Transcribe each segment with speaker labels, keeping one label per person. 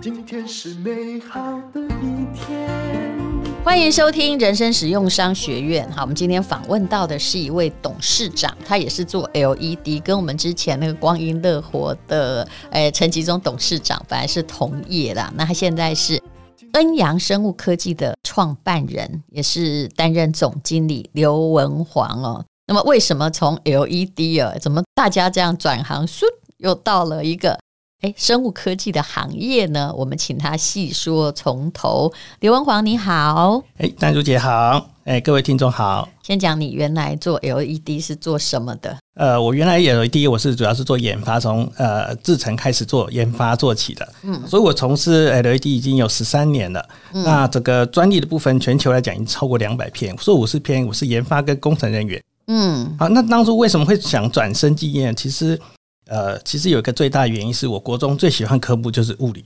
Speaker 1: 今天是美好的一天。
Speaker 2: 欢迎收听人生实用商学院。好，我们今天访问到的是一位董事长，他也是做 LED，跟我们之前那个光阴乐活的诶陈吉忠董事长本来是同业啦，那他现在是恩阳生物科技的创办人，也是担任总经理刘文煌哦。那么为什么从 LED 啊，怎么大家这样转行，嗖又到了一个哎，生物科技的行业呢，我们请他细说从头。刘文煌，你好，
Speaker 3: 哎，丹如姐好，哎，各位听众好。
Speaker 2: 先讲你原来做 LED 是做什么的？
Speaker 3: 呃，我原来也有第一，我是主要是做研发，从呃制成开始做研发做起的，嗯，所以我从事 LED 已经有十三年了。那这个专利的部分，全球来讲已经超过两百篇，所以我是偏我是研发跟工程人员。
Speaker 2: 嗯
Speaker 3: 好，那当初为什么会想转身经验？其实，呃，其实有一个最大的原因是我国中最喜欢科目就是物理，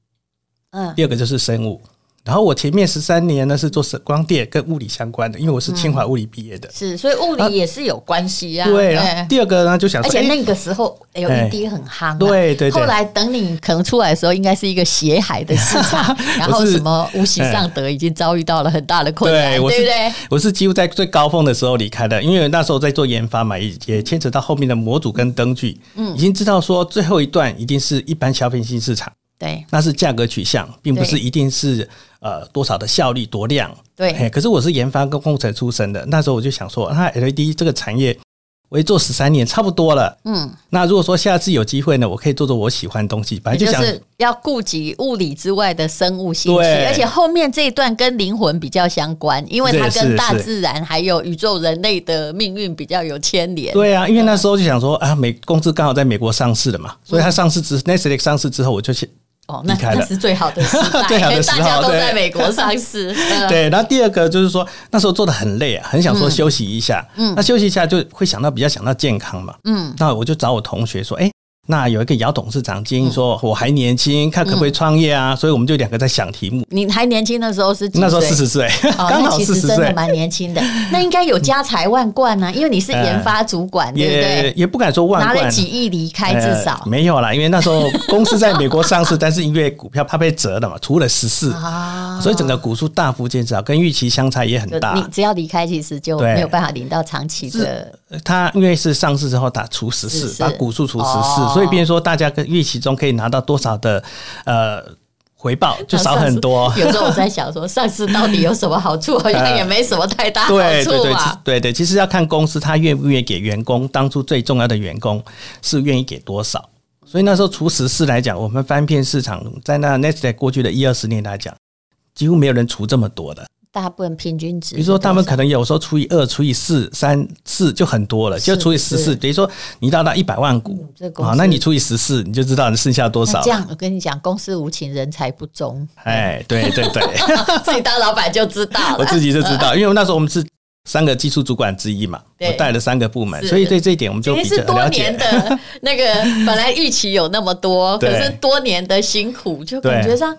Speaker 2: 嗯
Speaker 3: 第二个就是生物。然后我前面十三年呢是做光电跟物理相关的，因为我是清华物理毕业的。
Speaker 2: 是，所以物理也是有关系啊。
Speaker 3: 啊对，然后
Speaker 2: 哎
Speaker 3: 第二个呢就想
Speaker 2: 而
Speaker 3: 说，
Speaker 2: 且
Speaker 3: 哎
Speaker 2: 那个时候 LED 很夯、啊，
Speaker 3: 对对对
Speaker 2: 后来等你可能出来的时候，应该是一个血海的市场，然后
Speaker 3: 我是
Speaker 2: 什么无锡尚德已经遭遇到了很大的困难，
Speaker 3: 对
Speaker 2: 对
Speaker 3: 我是
Speaker 2: 不对？
Speaker 3: 我是几乎在最高峰的时候离开的，因为那时候在做研发嘛，也也牵扯到后面的模组跟灯具，嗯，已经知道说最后一段一定是一般消费性市场，
Speaker 2: 对
Speaker 3: 那是价格取向，并不是
Speaker 2: 对
Speaker 3: 一定是呃多少的效率多量，
Speaker 2: 对
Speaker 3: 嘿可是我是研发跟工程出身的，那时候我就想说，啊那 LED 这个产业我也做十三年差不多了，
Speaker 2: 嗯，
Speaker 3: 那如果说下次有机会呢，我可以做做我喜欢的东西，本来
Speaker 2: 也
Speaker 3: 就
Speaker 2: 就
Speaker 3: 想。
Speaker 2: 是要顾及物理之外的生物兴趣，
Speaker 3: 对
Speaker 2: 而且后面这一段跟灵魂比较相关，因为它
Speaker 3: 是
Speaker 2: 跟
Speaker 3: 是
Speaker 2: 大
Speaker 3: 是
Speaker 2: 自然还有宇宙人类的命运比较有牵连。
Speaker 3: 对啊，因为那时候就想说啊，美公司刚好在美国上市了
Speaker 2: 嗯
Speaker 3: 嘛，所以它上市之 Netflix 上市之后，我就去
Speaker 2: 哦，那
Speaker 3: 离开了
Speaker 2: 那是最好的时 代，哎
Speaker 3: 最好的时候
Speaker 2: 大家都
Speaker 3: 对
Speaker 2: 在美国上 市。嗯，
Speaker 3: 对，然后第二个就是说，那时候做的很累啊，很想说休息一下。嗯，那休息一下就会想到比较想到健康嘛。
Speaker 2: 嗯，
Speaker 3: 那我就找我同学说，哎、那有一个姚董事长建议说，
Speaker 2: 嗯
Speaker 3: 我还年轻，看可不可以创业啊？所以我们就两个在想题目。
Speaker 2: 你还年轻的时候嗯是几
Speaker 3: 那时候
Speaker 2: 岁
Speaker 3: 四十岁，
Speaker 2: 哦，
Speaker 3: 刚、
Speaker 2: 那
Speaker 3: 好
Speaker 2: 其
Speaker 3: 四
Speaker 2: 实
Speaker 3: 十
Speaker 2: 真的
Speaker 3: 岁，
Speaker 2: 蛮年 轻的，那应该有家财万贯啊，因为你是研发主管，对不
Speaker 3: 也
Speaker 2: 对？
Speaker 3: 也不敢说嗯万
Speaker 2: 拿
Speaker 3: 贯，
Speaker 2: 了几亿离开，至少
Speaker 3: 呃、没有啦，因为那时候公司在美国上市，但 是因为股票它被折了嘛，除了十四、
Speaker 2: 啊
Speaker 3: 所以整个股数大幅减少，跟预期相差也很
Speaker 2: 就
Speaker 3: 大。
Speaker 2: 你只要离开，其实就
Speaker 3: 对
Speaker 2: 没有办法领到长期 的。
Speaker 3: 它因为是上市之后打除十
Speaker 2: 14
Speaker 3: 四，把股数除十
Speaker 2: 哦。
Speaker 3: 四，所以变成说大家跟预期中可以拿到多少的呃回报就少很多 嗯
Speaker 2: 有时候我在想说，上市到底有什么好处？好像也没什么太大好
Speaker 3: 对对
Speaker 2: 处
Speaker 3: 对，其
Speaker 2: 啊。
Speaker 3: 对对，其实要看公司它愿不愿意给员工，当初最重要的员工是愿意给多少。所以那时候除十四来讲，我们翻遍市场，在那 Nest 过去的一二十年来讲，几乎没有人除这么多的。
Speaker 2: 大部分平均值，
Speaker 3: 比如说，他们可能有时候除以二、除以四、三、四就很多了，就是除以十
Speaker 2: 是嗯
Speaker 3: 四。等于说，你到达一百万股
Speaker 2: 这公司
Speaker 3: 啊，那你除以十四，你就知道你剩下多
Speaker 2: 那
Speaker 3: 少
Speaker 2: 这。样，我跟你讲，公司无情，人才不忠，
Speaker 3: 哎，对对对，
Speaker 2: 自己当老板就知道
Speaker 3: 我
Speaker 2: 了。
Speaker 3: 自己就知道，因为那时候我们是三个技术主管之一嘛，
Speaker 2: 对
Speaker 3: 我带了三个部门，
Speaker 2: 是
Speaker 3: 所以对这一点我们
Speaker 2: 其
Speaker 3: 就
Speaker 2: 实
Speaker 3: 比
Speaker 2: 是
Speaker 3: 较
Speaker 2: 多
Speaker 3: 了
Speaker 2: 年
Speaker 3: 解。
Speaker 2: 的那个，本来预期有那么多，可
Speaker 3: 对
Speaker 2: 是多年的辛苦，就
Speaker 3: 对
Speaker 2: 感觉上，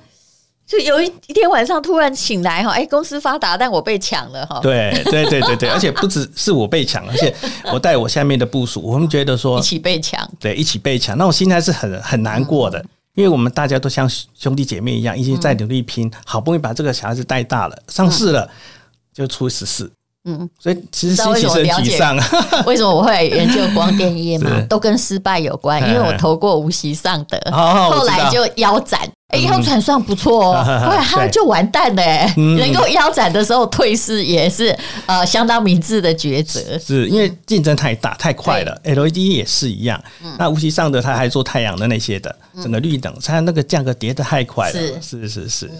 Speaker 2: 就有一一天晚上突然醒来哈，哎，公司发达，但我被抢了哈。
Speaker 3: 对对对对对，而且不只是我被抢，而且我带我下面的部署，我们觉得说
Speaker 2: 一起被抢，
Speaker 3: 对，一起被抢，那种心态是很很难过
Speaker 2: 嗯
Speaker 3: 的，因为我们大家都像兄弟姐妹一样，一起在努力拼，好不容易把这个小孩子带大了，上市了，就出十四，
Speaker 2: 嗯，
Speaker 3: 所以其实
Speaker 2: 知道为
Speaker 3: 心
Speaker 2: 什
Speaker 3: 情
Speaker 2: 么
Speaker 3: 是很
Speaker 2: 了解
Speaker 3: 沮 丧，啊
Speaker 2: 为什么我会来研究光电业嘛
Speaker 3: 是？
Speaker 2: 都跟失败有关，因为我投过无锡尚德，
Speaker 3: 哦我
Speaker 2: 后
Speaker 3: 知道
Speaker 2: 来就腰斩。哎，腰斩算不错 哦，
Speaker 3: 嗯
Speaker 2: 后来他
Speaker 3: 对嗯
Speaker 2: 就完蛋了、哎能够腰斩的时候退市也是呃相当明智的抉择。
Speaker 3: 是因为
Speaker 2: 嗯
Speaker 3: 竞争太大太快了，LED 也是一样。那无锡尚德他还做太阳的那些的，
Speaker 2: 嗯
Speaker 3: 整个绿能，它那个价格跌得太快了，是是是。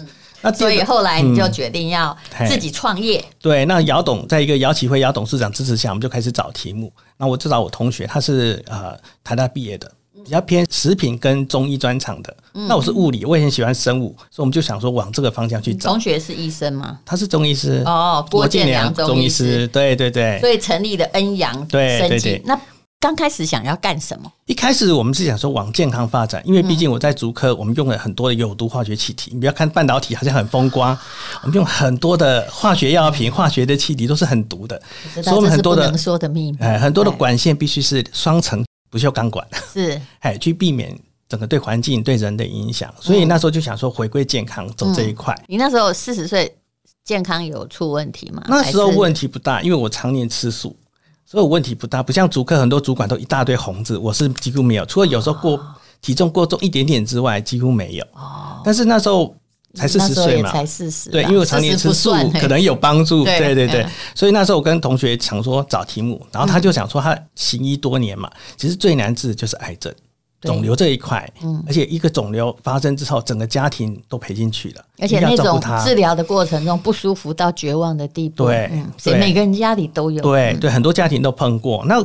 Speaker 3: 那第
Speaker 2: 嗯所
Speaker 3: 二
Speaker 2: 以
Speaker 3: 个
Speaker 2: 后来你就决定要
Speaker 3: 嗯
Speaker 2: 自己创业，
Speaker 3: 对，那姚董在一个姚启辉姚董事长支持下，我们就开始找题目。那我就找我同学，他是呃台大毕业的，比较偏食品跟中医专长的。
Speaker 2: 嗯
Speaker 3: 那我是物理，我也很喜欢生物，所以我们就想说往这个方向去找。
Speaker 2: 同学是医生嘛，
Speaker 3: 他是中医师
Speaker 2: 嗯哦郭建良中
Speaker 3: 中
Speaker 2: 医
Speaker 3: 医
Speaker 2: 师
Speaker 3: 师，对对对。
Speaker 2: 所以成立了恩阳
Speaker 3: 对
Speaker 2: 生
Speaker 3: 对
Speaker 2: 技
Speaker 3: 对。
Speaker 2: 那刚开始想要干什么？
Speaker 3: 一开始我们是想说往健康发展，因为
Speaker 2: 嗯
Speaker 3: 毕竟我在竹科，我们用了很多的有毒化学气体。你不要看半导体好像很风光，我们用很多的化学药品、化学的气体都是很毒的，
Speaker 2: 知
Speaker 3: 所以
Speaker 2: 道
Speaker 3: 我
Speaker 2: 这
Speaker 3: 们哎很
Speaker 2: 是不
Speaker 3: 多的
Speaker 2: 能说的秘密
Speaker 3: 哎，很多的
Speaker 2: 对
Speaker 3: 管线必须是双层不锈钢管，
Speaker 2: 是
Speaker 3: 哎，去避免整个对环境对人的影响。所
Speaker 2: 嗯
Speaker 3: 以那时候就想说回归健康，走这一块。
Speaker 2: 你那时候四十岁健康有出问题吗？
Speaker 3: 那时候
Speaker 2: 还是
Speaker 3: 问题不大，因为我常年吃素，所以我问题不大。不像主客很多主管都一大堆红字，我是几乎没有，除了有时候过、
Speaker 2: 哦
Speaker 3: 体重过重一点点之外，几乎没有。但是那时候才四
Speaker 2: 那
Speaker 3: 十
Speaker 2: 时候
Speaker 3: 岁
Speaker 2: 也
Speaker 3: 嘛，
Speaker 2: 才四十，
Speaker 3: 对，因为我常年吃素，可能有帮助。
Speaker 2: 欸对
Speaker 3: 对对对
Speaker 2: 嗯，
Speaker 3: 所以那时候我跟同学想说找题目，然后他就想说他行医多年嘛，其实最难治的就是癌症。
Speaker 2: 对嗯
Speaker 3: 肿瘤这一块，而且一个肿瘤发生之后，整个家庭都赔进去了，
Speaker 2: 而且
Speaker 3: 要
Speaker 2: 那
Speaker 3: 照顾
Speaker 2: 种
Speaker 3: 他
Speaker 2: 治疗的过程中不舒服到绝望的地步，
Speaker 3: 对
Speaker 2: 嗯，所以
Speaker 3: 对
Speaker 2: 每个人家里都有，
Speaker 3: 对对，很多家庭都碰过。那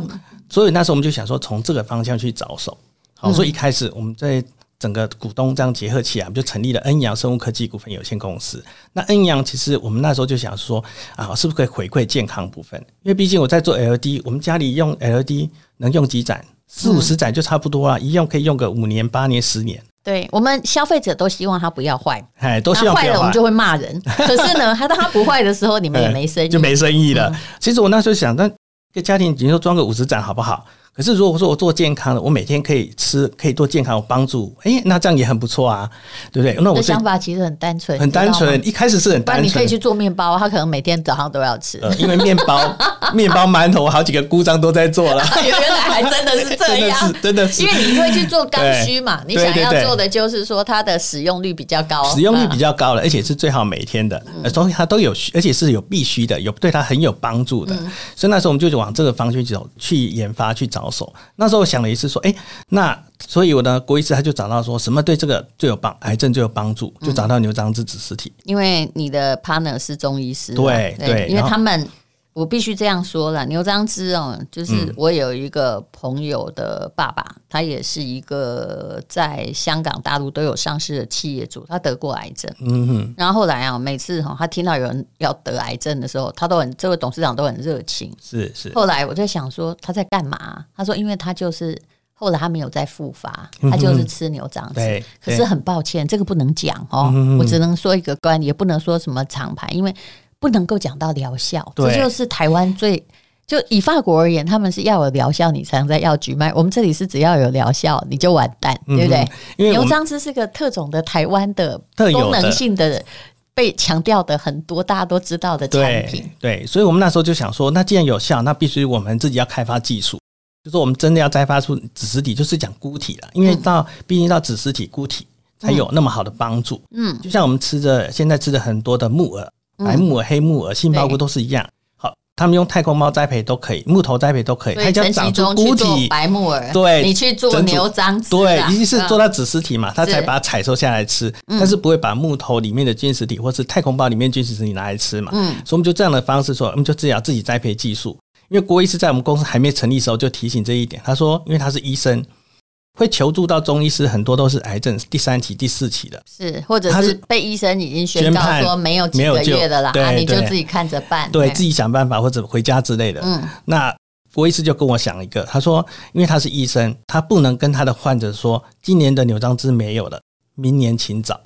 Speaker 3: 所以那时候我们就想说，从这个方向去着手。
Speaker 2: 嗯
Speaker 3: 好，所以一开始我们在整个股东这样结合起来，我们就成立了恩阳生物科技股份有限公司。那恩阳其实我们那时候就想说，啊，是不是可以回馈健康部分？因为毕竟我在做 LED，我们家里用 LED 能用几盏？四
Speaker 2: 嗯
Speaker 3: 五十盏就差不多了，一用可以用个五年、八年、十年，
Speaker 2: 对我们消费者都希望它不要坏，
Speaker 3: 哎，都希
Speaker 2: 那
Speaker 3: 望不
Speaker 2: 坏了
Speaker 3: 要
Speaker 2: 我们
Speaker 3: 坏哎
Speaker 2: 就。会骂 人。可是呢，它当它不坏的时候，你们也没生意，嗯
Speaker 3: 就没生意了。其实我那时候想，那一个家庭，你说装个五十盏好不好？可是如果说我做健康的，我每天可以吃，可以做健康，我帮助，哎、那这样也很不错啊，对不对？那
Speaker 2: 这
Speaker 3: 我是
Speaker 2: 想法其实很单纯，
Speaker 3: 很单
Speaker 2: 你知道
Speaker 3: 纯
Speaker 2: 吗，，
Speaker 3: 一开始是很
Speaker 2: 不然
Speaker 3: 单
Speaker 2: 你可
Speaker 3: 纯
Speaker 2: 以。去做面包啊，他可能每天早上都要 吃。
Speaker 3: 呃，因为面包、面包、馒头，好几个姑丈都在做了，
Speaker 2: 原来还真的是 这
Speaker 3: 真的是
Speaker 2: 样。
Speaker 3: 真的是
Speaker 2: 因为你会去做刚需嘛，你
Speaker 3: 对
Speaker 2: 想要
Speaker 3: 对对
Speaker 2: 做的就是说它的使用率比较高，
Speaker 3: 使用率比
Speaker 2: 嗯
Speaker 3: 较高了，而且是最好每天的，呃，东西它都有需，而且是有必须的，有对它很有帮助的。
Speaker 2: 嗯
Speaker 3: 所以那时候我们就往这个方向去走，去研发去着手。那时候我想了一次说，哎、那所以我的国医师他就找到说什么对这个最有帮，癌症最有帮助，
Speaker 2: 嗯
Speaker 3: 就找到牛樟芝子实体。
Speaker 2: 因为你的 partner 是中医师啊，
Speaker 3: 对对
Speaker 2: 因为
Speaker 3: 然后
Speaker 2: 他们。我必须这样说了，牛樟芝哦，
Speaker 3: 嗯
Speaker 2: 就是我有一个朋友的爸爸，他也是一个在香港、大陆都有上市的企业主，他得过癌症。
Speaker 3: 嗯哼，
Speaker 2: 然后后来啊，每次哈、他听到有人要得癌症的时候，他都很这位董事长都很热情。
Speaker 3: 是是，
Speaker 2: 后来我就想说他在干嘛？啊他说因为他就是后来他没有再复发，他就是吃牛樟芝。
Speaker 3: 嗯对
Speaker 2: 可是
Speaker 3: 对嗯
Speaker 2: 很抱歉，这个不能讲哦，我只能说一个观，也不能说什么厂牌，因为不能够讲到疗效。这
Speaker 3: 对
Speaker 2: 就是台湾最。就以法国而言，他们是要有疗效，你才能在药局卖。我们这里是只要有疗效，你就完蛋，对不对？
Speaker 3: 嗯因为我
Speaker 2: 牛
Speaker 3: 们
Speaker 2: 樟芝是个特种的台湾的
Speaker 3: 特有的
Speaker 2: 功能性的被强调的很多大家都知道的产品
Speaker 3: 对。对，所以我们那时候就想说，那既然有效，那必须我们自己要开发技术。就是我们真的要开发出子实体，就是讲固体了，因
Speaker 2: 嗯
Speaker 3: 为到毕竟到子实体固体才有那么好的帮助。
Speaker 2: 嗯，
Speaker 3: 就像我们吃的现在吃的很多的木耳、白木耳、黑木耳、杏鲍菇都是一样。好，他们用太空猫栽培都可以，木头栽培都可以，
Speaker 2: 所
Speaker 3: 它
Speaker 2: 以
Speaker 3: 只要
Speaker 2: 陈其
Speaker 3: 长出
Speaker 2: 中
Speaker 3: 固
Speaker 2: 去做
Speaker 3: 体，
Speaker 2: 白木耳，
Speaker 3: 对
Speaker 2: 你去做
Speaker 3: 整组
Speaker 2: 牛樟芝
Speaker 3: 对
Speaker 2: 啊，，
Speaker 3: 一定是做
Speaker 2: 嗯
Speaker 3: 到子实体嘛，它才把它采收下来吃，但是不会把木头里面的菌实体或是太空包里面的菌实体拿来吃嘛。
Speaker 2: 嗯
Speaker 3: 所以我们就这样的方式说，我们就治疗自己栽培技术。因为郭医师在我们公司还没成立的时候就提醒这一点，他说，因为他是医生，会求助到中医师，很多都是癌症第三期、第四期的。
Speaker 2: 是，或者
Speaker 3: 它
Speaker 2: 是
Speaker 3: 是
Speaker 2: 被医生已经宣告
Speaker 3: 宣判
Speaker 2: 说没有几
Speaker 3: 没有
Speaker 2: 个
Speaker 3: 救
Speaker 2: 月的啦，
Speaker 3: 对
Speaker 2: 啊你就
Speaker 3: 对
Speaker 2: 自己看着办，
Speaker 3: 对
Speaker 2: 嗯
Speaker 3: 自己想办法或者回家之类的。
Speaker 2: 嗯，
Speaker 3: 那郭医师就跟我想一个，他说，因为他是医生，他不能跟他的患者说，今年的牛樟芝没有了，明年请找。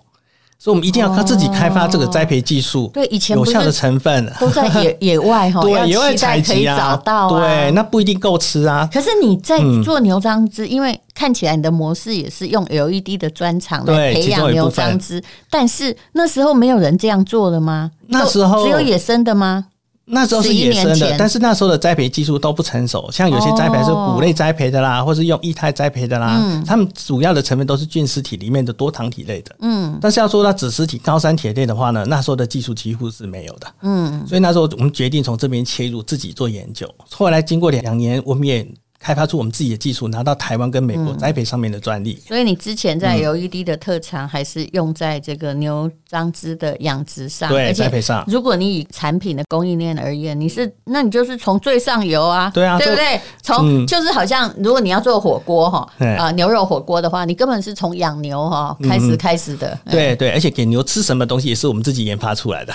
Speaker 3: 所以我们一定要靠自己开发这个栽培技术，
Speaker 2: 对以前
Speaker 3: 有
Speaker 2: 不
Speaker 3: 效的
Speaker 2: 是
Speaker 3: 成分，
Speaker 2: 都在 野野外哈，
Speaker 3: 对，也
Speaker 2: 要
Speaker 3: 会
Speaker 2: 期待
Speaker 3: 采
Speaker 2: 可以
Speaker 3: 集啊，
Speaker 2: 找到啊，
Speaker 3: 对，那不一定够吃啊，
Speaker 2: 可是你在做牛樟芝，因为看起来你的模式也是用 LED 的专场来
Speaker 3: 对
Speaker 2: 培
Speaker 3: 其
Speaker 2: 养
Speaker 3: 中一
Speaker 2: 牛
Speaker 3: 部分
Speaker 2: 樟芝，但是那时候没有人这样做的吗？
Speaker 3: 那
Speaker 2: 都
Speaker 3: 时候
Speaker 2: 只有野生的吗？
Speaker 3: 那时候是野
Speaker 2: 11
Speaker 3: 生
Speaker 2: 年前
Speaker 3: 的，但是那时候的栽培技术都不成熟，像有些栽培是
Speaker 2: 哦
Speaker 3: 谷类栽培的啦，或是用液态栽培的啦，他们主要的成分都是菌丝体里面的多糖体类的。
Speaker 2: 嗯，
Speaker 3: 但是要说到子实体、高山铁类的话呢，那时候的技术几乎是没有的。
Speaker 2: 嗯，
Speaker 3: 所以那时候我们决定从这边切入，自己做研究。后来经过两年，我们也开发出我们自己的技术，拿到台湾跟美
Speaker 2: 嗯
Speaker 3: 国栽培上面的专利。
Speaker 2: 所以你之前
Speaker 3: 嗯
Speaker 2: 在 LED 的特长还是用在这个牛樟芝的养殖上，
Speaker 3: 对
Speaker 2: 而且
Speaker 3: 栽培上
Speaker 2: 如果你以产品的供应链而言，你是那你就是从最上游啊，
Speaker 3: 对啊
Speaker 2: 对不
Speaker 3: 就
Speaker 2: 对？从
Speaker 3: 嗯
Speaker 2: 就是好像如果你要做火锅哈，
Speaker 3: 对
Speaker 2: 啊牛肉火锅的话，你根本是从养牛哈开始开始的，嗯
Speaker 3: 对对，而且给牛吃什么东西也是我们自己研发出来的。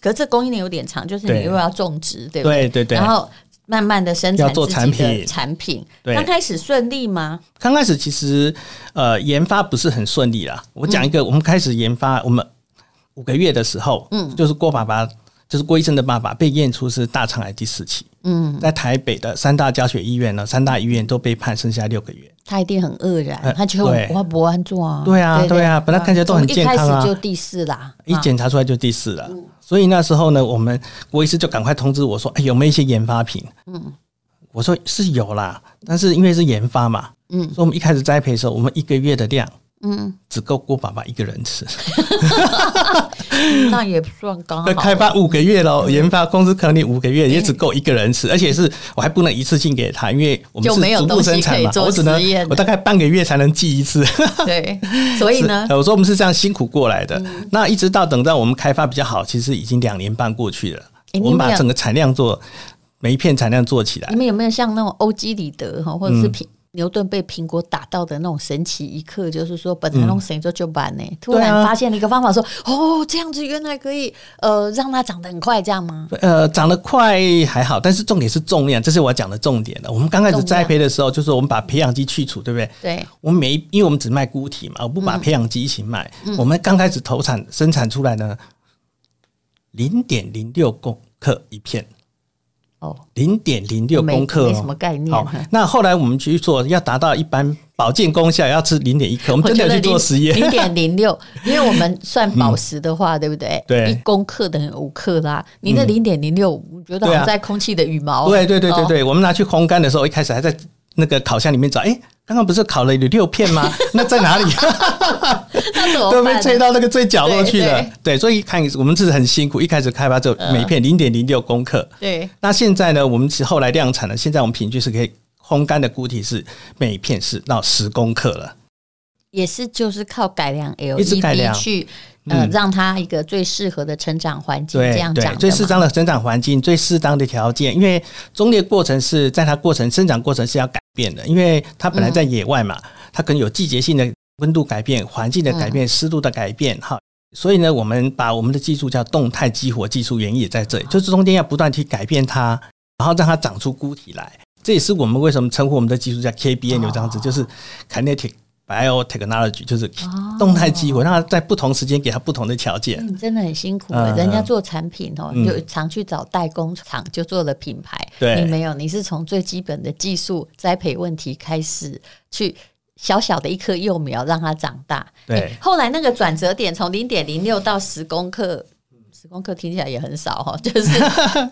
Speaker 2: 可是这供应链有点长，就是
Speaker 3: 对
Speaker 2: 你又要种植，对不
Speaker 3: 对对对。
Speaker 2: 然后慢慢的生产
Speaker 3: 要做
Speaker 2: 自己
Speaker 3: 产
Speaker 2: 的
Speaker 3: 品
Speaker 2: 产品，
Speaker 3: 对
Speaker 2: 刚开始顺利吗？
Speaker 3: 刚开始其实呃研发不是很顺利啦。我讲一个，我们开始研发，我们五个月的时候，嗯，就是郭爸爸，就是郭医生的爸爸被验出是大肠癌第四期。嗯，在台北的三大教学医院呢，三大医院都被判剩下六个月。
Speaker 2: 他一定很愕然，
Speaker 3: 呃
Speaker 2: 他觉得
Speaker 3: 对
Speaker 2: 我我不安做啊，
Speaker 3: 对啊对啊本来看起来都很
Speaker 2: 从
Speaker 3: 健康
Speaker 2: 一开
Speaker 3: 啊
Speaker 2: 始就第四啦，
Speaker 3: 一
Speaker 2: 啊
Speaker 3: 检查出来就第四了，所以那时候呢，我们郭医师就赶快通知我说，哎，有没有一些研发品？嗯，我说是有啦，但是因为是研发嘛，嗯，所以我们一开始栽培的时候，我们一个月的量，嗯，只够郭爸爸一个人吃，
Speaker 2: 那也算刚好
Speaker 3: 那。 开发五个月喽，研发公司可能你五个月也只够一个人吃，而且是我还不能一次性给他，因为我
Speaker 2: 嗯
Speaker 3: 们
Speaker 2: 就是没有
Speaker 3: 逐步
Speaker 2: 东西
Speaker 3: 生产
Speaker 2: 可以
Speaker 3: 嘛，
Speaker 2: 做
Speaker 3: 我只能
Speaker 2: 实验
Speaker 3: 我大概半个月才能寄一次。
Speaker 2: 对，所以呢嗯
Speaker 3: 是，呃我说我们是这样辛苦过来的，那一直到等到我们开发比较好，其实已经两年半过去了。
Speaker 2: 诶哎你
Speaker 3: 我们
Speaker 2: 有没
Speaker 3: 把
Speaker 2: 有
Speaker 3: 整个产量做每一片产量做起来
Speaker 2: 你，们有没有像那种欧几里得哈，
Speaker 3: 嗯
Speaker 2: 或者是苹、牛顿被苹果打到的那种神奇一刻？就是说，本来弄神就就板呢，
Speaker 3: 嗯
Speaker 2: 突然发现了一个方法说，
Speaker 3: 啊
Speaker 2: 哦，这样子原来可以呃让它长得很快，这样吗？
Speaker 3: 呃，长得快还好，但是重点是重量，这是我要讲的重点了。我们刚开始
Speaker 2: 重量
Speaker 3: 栽培的时候，就是我们把培养基去除，对不对？
Speaker 2: 对，
Speaker 3: 我们每一因为我们只卖固体嘛，我不把
Speaker 2: 嗯
Speaker 3: 培养基一起卖。我们刚开始投产生产出来呢，零点零六公克一片，
Speaker 2: 哦，
Speaker 3: 零点零六
Speaker 2: 没
Speaker 3: 公克、哦
Speaker 2: 没什么概念
Speaker 3: 好
Speaker 2: 嗯，
Speaker 3: 那后来我们去做，要达到一般保健功效，要吃零点一克，我们
Speaker 2: 我
Speaker 3: 真
Speaker 2: 觉
Speaker 3: 的有
Speaker 2: 得
Speaker 3: 去做实验。
Speaker 2: 零点零 六，因为我们算宝石的话，对不对？
Speaker 3: 嗯对嗯
Speaker 2: 一公克等于五克拉，你那零点零六，我觉得好
Speaker 3: 对啊
Speaker 2: 像在空气的羽毛。
Speaker 3: 对对对对
Speaker 2: 哦
Speaker 3: 对，我们拿去烘干的时候，一开始还在那个烤箱里面找，哎、刚刚不是烤了有六 片吗？那在哪里？
Speaker 2: 那怎么
Speaker 3: 都
Speaker 2: 办
Speaker 3: 被
Speaker 2: 呢？
Speaker 3: 吹到那个最角落去了
Speaker 2: 啊对。嗯
Speaker 3: 对，所以看我们是很辛苦，一开始开发就每片零点零六公克。
Speaker 2: 对，
Speaker 3: 那现在呢，我们是后来量产了，现在我们平均是可以烘干的固体是每片是到十公克了。
Speaker 2: 也是就是靠改良
Speaker 3: 一直改
Speaker 2: LED
Speaker 3: 良
Speaker 2: 去呃
Speaker 3: 嗯
Speaker 2: 让它一个最适合的成长环境这
Speaker 3: 对
Speaker 2: 样
Speaker 3: 对
Speaker 2: 长，
Speaker 3: 最
Speaker 2: 的
Speaker 3: 适
Speaker 2: 嘛。
Speaker 3: 当的生长环境，最适当的条件，因为中列过程是在它过程生长过程是要改变的，因为它本来
Speaker 2: 嗯
Speaker 3: 在野外嘛，它可能有季节性的温度改变、环境的改
Speaker 2: 嗯
Speaker 3: 变、湿度的改变，哈。所以呢，我们把我们的技术叫动态激活技术，原因也在这里，就是中间要不断去改变它，然后让它长出菇体来。这也是我们为什么称呼我们的技术叫 KBN 有这
Speaker 2: 哦
Speaker 3: 样子，就是 Kinetic Biotechnology，就是
Speaker 2: 哦
Speaker 3: 动态激活，让它在不同时间给它不同的条件。
Speaker 2: 你真的很辛苦、欸
Speaker 3: 嗯
Speaker 2: 人家做产品哦，
Speaker 3: 嗯
Speaker 2: 就常去找代工厂，就做了品牌。
Speaker 3: 对
Speaker 2: 你没有，你是从最基本的技术栽培问题开始，去小小的一颗幼苗让它长大。
Speaker 3: 对
Speaker 2: 诶后来那个转折点从零点零六到十公克，十公克听起来也很少哈、哦， 就是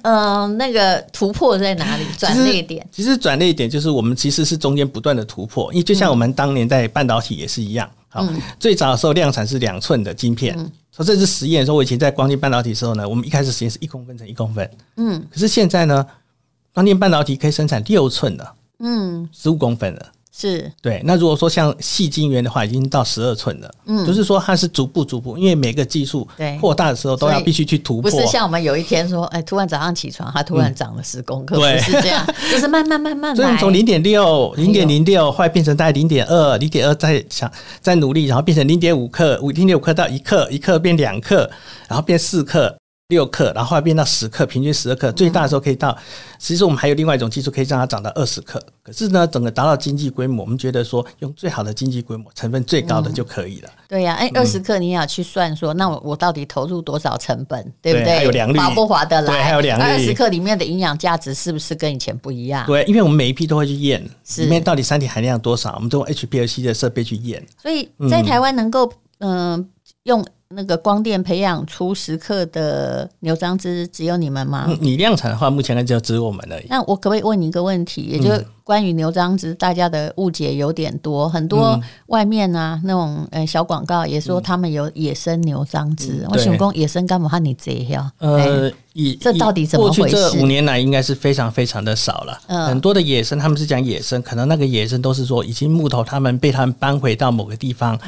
Speaker 2: 嗯、那个突破在哪里？转捩点。
Speaker 3: 其实。其实转捩点就是我们其实是中间不断的突破，因为就像我们当年在半导体也是一样。好，
Speaker 2: 嗯
Speaker 3: 最早的时候量产是两寸的晶片，所以这次实验的时候，我以前在光电半导体的时候呢，我们一开始实验是一公分乘一公分，嗯，可是现在呢，光电半导体可以生产六寸的，
Speaker 2: 嗯，
Speaker 3: 十五公分的。
Speaker 2: 是
Speaker 3: 对，那如果说像细晶圆的话，已经到十二寸了，嗯，就是说它是逐步逐步，因为每个技术
Speaker 2: 对
Speaker 3: 扩大的时候都要
Speaker 2: 所以
Speaker 3: 必须去突
Speaker 2: 不
Speaker 3: 破，嗯
Speaker 2: 是像我们有一天说，哎，突然早上起床，它突然长了十公克，
Speaker 3: 对
Speaker 2: 不是这样，就是慢慢慢慢
Speaker 3: 所以我
Speaker 2: 来
Speaker 3: 们。从零点六、
Speaker 2: 哎
Speaker 3: 零点零六，后来变成大概零点二、零点二，再想再努力，然后变成零点五克、五零点五克到一克，一克变两克，然后变四克、六克，然后后来变到十克，平均十二
Speaker 2: 嗯
Speaker 3: 克，最大的时候可以到。其实我们还有另外一种技术可以让它涨到二十克，可是呢，整个达到经济规模，我们觉得说用最好的经济规模、成分最
Speaker 2: 嗯
Speaker 3: 高的就可以了。
Speaker 2: 对呀、
Speaker 3: 嗯
Speaker 2: 哎，二十克你也要去算说，那我我到底投入多少成本，对不
Speaker 3: 对
Speaker 2: 对？
Speaker 3: 还有良率
Speaker 2: 划不划得来？
Speaker 3: 对还有良率
Speaker 2: 二十克里面的营养价值是不是跟以前不一样？
Speaker 3: 对，因为我们每一批都会去验
Speaker 2: 是
Speaker 3: 里面到底三体含量多少，我们都用 HPLC 的设备去验。
Speaker 2: 所以在台湾能够嗯、用那个光电培养出十克的牛樟芝，只有你们吗？
Speaker 3: 嗯，你量产的话，目前来就只有我们而已。
Speaker 2: 那我可不可以问你一个问题？也
Speaker 3: 嗯
Speaker 2: 就是关于牛樟芝，大家的误解有点多，很
Speaker 3: 嗯
Speaker 2: 多外面啊那种呃小广告也说他们有野生牛樟芝，我
Speaker 3: 嗯对
Speaker 2: 想讲野生干嘛和你这样？哎，
Speaker 3: 呃，以
Speaker 2: 这
Speaker 3: 以
Speaker 2: 到底怎么
Speaker 3: 过去
Speaker 2: 回
Speaker 3: 这
Speaker 2: 事
Speaker 3: 五年来应该是非常非常的少了，
Speaker 2: 嗯
Speaker 3: 很多的野生他们是讲野生，可能那个野生都是说已经木头他们被他们搬回到某个地方，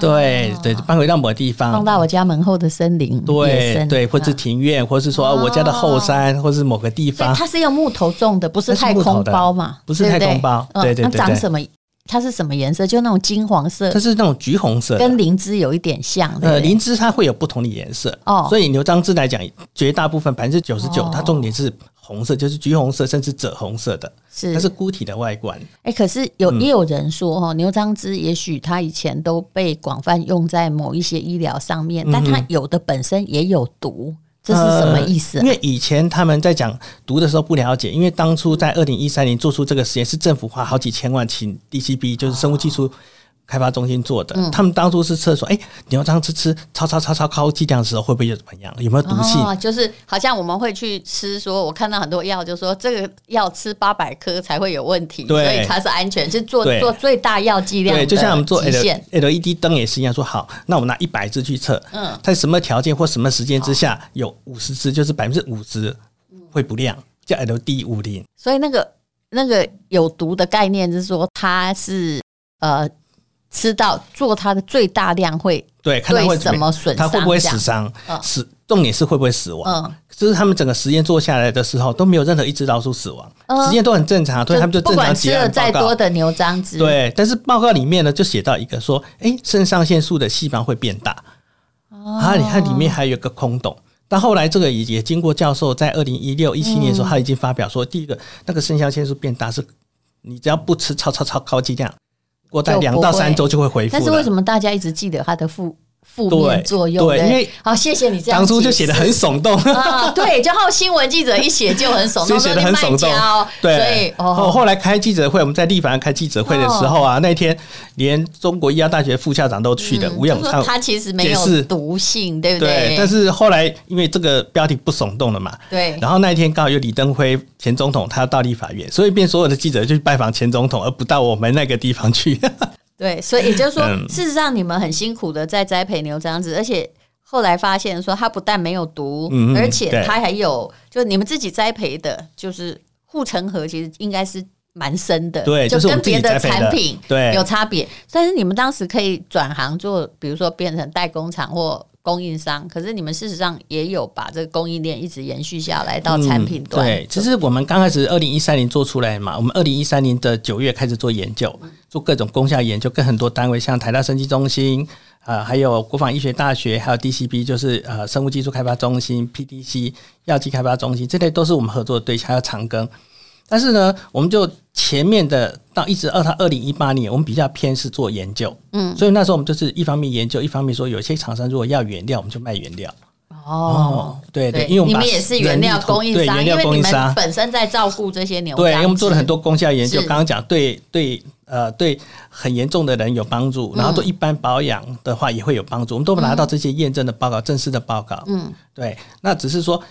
Speaker 3: 对对，搬回到某个地方，
Speaker 2: 啊放到我家门后的森林，野
Speaker 3: 啊对
Speaker 2: 生
Speaker 3: 对，或是
Speaker 2: 啊
Speaker 3: 庭院，或是说啊我家的后山，或是某个地
Speaker 2: 所以
Speaker 3: 方，
Speaker 2: 它是用木头种的，不是太空包嘛？
Speaker 3: 不是
Speaker 2: 对对
Speaker 3: 木头的不是太空包
Speaker 2: 嗯
Speaker 3: 对对对
Speaker 2: 那长什么？它是什么颜色？就那种金黄色
Speaker 3: 它，是那种橘红色的。
Speaker 2: 跟灵芝有一点像。对不对
Speaker 3: 呃，灵芝它会有不同的颜色，
Speaker 2: 哦
Speaker 3: 所以牛樟芝来讲，绝大部分百分之九十九
Speaker 2: 哦，
Speaker 3: 它重点是红色，就是橘红色甚至紫红色的，
Speaker 2: 是
Speaker 3: 它是嗯固体的外观。
Speaker 2: 哎、可是有也有人说哦，牛樟芝也许它以前
Speaker 3: 嗯
Speaker 2: 都被广泛用在某一些医疗上面，但它有的本身也有毒。这是什么意思啊
Speaker 3: 呃因为以前他们在讲读的时候不了解，因为当初在二零一三年做出这个实验是政府花好几千万请 DCB，就是生物技术开发中心做
Speaker 2: 哦
Speaker 3: 的。
Speaker 2: 嗯
Speaker 3: 他们当初是测说，哎、牛樟吃吃超超超超高剂量的时候会不会有怎么样，有没有毒性？
Speaker 2: 哦，就是好像我们会去吃说，我看到很多药，就说这个药吃八百颗才会有问题，所
Speaker 3: 对
Speaker 2: 以它是安全，是做
Speaker 3: 对
Speaker 2: 做最大药剂量
Speaker 3: 对，就像我们做
Speaker 2: 的极
Speaker 3: L
Speaker 2: 限。
Speaker 3: LED 灯也是一样，说好，那我们拿一百支去测，
Speaker 2: 嗯哦
Speaker 3: 在什么条件或什么时间之下，有五十支就是百分之五十会不亮，叫 LED 五零。
Speaker 2: 所以那个那个有毒的概念是说，它是呃吃到做它的最大量会
Speaker 3: 对，看他会
Speaker 2: 对什么损
Speaker 3: 他会不会
Speaker 2: 伤这样
Speaker 3: 死伤
Speaker 2: 嗯？
Speaker 3: 死重点是会不会死亡？
Speaker 2: 嗯
Speaker 3: 这是他们整个实验做下来的时候都没有任何一只老鼠死亡，
Speaker 2: 嗯
Speaker 3: 实验都很正常，所以他们就
Speaker 2: 不
Speaker 3: 正常
Speaker 2: 管吃
Speaker 3: 结
Speaker 2: 了
Speaker 3: 案
Speaker 2: 再
Speaker 3: 报
Speaker 2: 多
Speaker 3: 告。
Speaker 2: 的牛樟芝，，
Speaker 3: 对，但是报告里面呢就写到一个说，哎，肾上腺素的细胞会变大，
Speaker 2: 哦
Speaker 3: 它它里面还有一个空洞。但后来这个也也经过教授在二零一六一七年的
Speaker 2: 嗯
Speaker 3: 时候，他已经发表说，第一个那个肾上腺素变大是，你只要不吃超超超高剂量，过大概
Speaker 2: 就
Speaker 3: 两
Speaker 2: 不
Speaker 3: 到
Speaker 2: 会
Speaker 3: 三周就会恢复了。
Speaker 2: 但是为什么大家一直记得它的负负面
Speaker 3: 对
Speaker 2: 作用？
Speaker 3: 对
Speaker 2: 不
Speaker 3: 因为
Speaker 2: 好，谢谢你这样
Speaker 3: 当初就
Speaker 2: 解
Speaker 3: 写的
Speaker 2: 释
Speaker 3: 很耸动？
Speaker 2: 啊，对，就后新闻记者一写就很耸
Speaker 3: 所
Speaker 2: 动，
Speaker 3: 以写的很
Speaker 2: 说
Speaker 3: 耸
Speaker 2: 你
Speaker 3: 动
Speaker 2: 卖家哦，
Speaker 3: 对，
Speaker 2: 所以
Speaker 3: 后
Speaker 2: 哦，
Speaker 3: 后来开记者会，我们在立法院开记者会的时候啊，那一天连中国医药大学副校长都去的，
Speaker 2: 嗯
Speaker 3: 吴永
Speaker 2: 就
Speaker 3: 昌
Speaker 2: 说。它其实没
Speaker 3: 解
Speaker 2: 有
Speaker 3: 释
Speaker 2: 毒性，对不
Speaker 3: 对，但是后来因为这个标题不耸动了嘛，
Speaker 2: 对
Speaker 3: 然后那一天刚好有李登辉前总统他要到立法院，所以变所有的记者就去拜访前总统，而不到我们那个地方去。
Speaker 2: 对，所以也就是说，
Speaker 3: 嗯
Speaker 2: 事实上你们很辛苦的在栽培牛樟子，而且后来发现说它不但没有毒，
Speaker 3: 嗯嗯
Speaker 2: 而且
Speaker 3: 对
Speaker 2: 它还有，就是你们自己栽培的，就是护城河其实应该是蛮深的，
Speaker 3: 对
Speaker 2: 就
Speaker 3: 就是我
Speaker 2: 跟
Speaker 3: 们自己
Speaker 2: 别
Speaker 3: 栽培的
Speaker 2: 产品
Speaker 3: 对
Speaker 2: 有差别。但是你们当时可以转行做，比如说变成代工厂或。供应商，可是你们事实上也有把这个供应链一直延续下来到产品端。
Speaker 3: 嗯对，其实我们刚开始二零一三年做出来嘛，我们二零一三年的九月开始做研究，
Speaker 2: 嗯
Speaker 3: 做各种功效研究，跟很多单位，像台大生技中心。啊、还有国防医学大学，还有 DCB，就是呃生物技术开发中心、PDC 药剂开发中心，这类都是我们合作的对象，还有长庚。但是呢，我们就前面的到一直二到二零一八年，我们比较偏是做研究，嗯，所以那时候我们就是一方面研究，一方面说有些厂商如果要原料，我们就卖原料。
Speaker 2: 哦，
Speaker 3: 对对因为我们
Speaker 2: 你们
Speaker 3: 把
Speaker 2: 也是原料
Speaker 3: 人力
Speaker 2: 供应
Speaker 3: 对
Speaker 2: 商，
Speaker 3: 原
Speaker 2: 因
Speaker 3: 料
Speaker 2: 为
Speaker 3: 供
Speaker 2: 你
Speaker 3: 应
Speaker 2: 们
Speaker 3: 商
Speaker 2: 本身在照顾这些牛
Speaker 3: 对，
Speaker 2: 樟
Speaker 3: 因为我们做了
Speaker 2: 芝
Speaker 3: 很多功效研究，
Speaker 2: 是
Speaker 3: 刚刚讲对对呃对很严重的人有帮助，然后
Speaker 2: 嗯
Speaker 3: 对一般保养的话也会有帮助。我们都拿到这些验证的报告、正式的报告。嗯，对，那只是说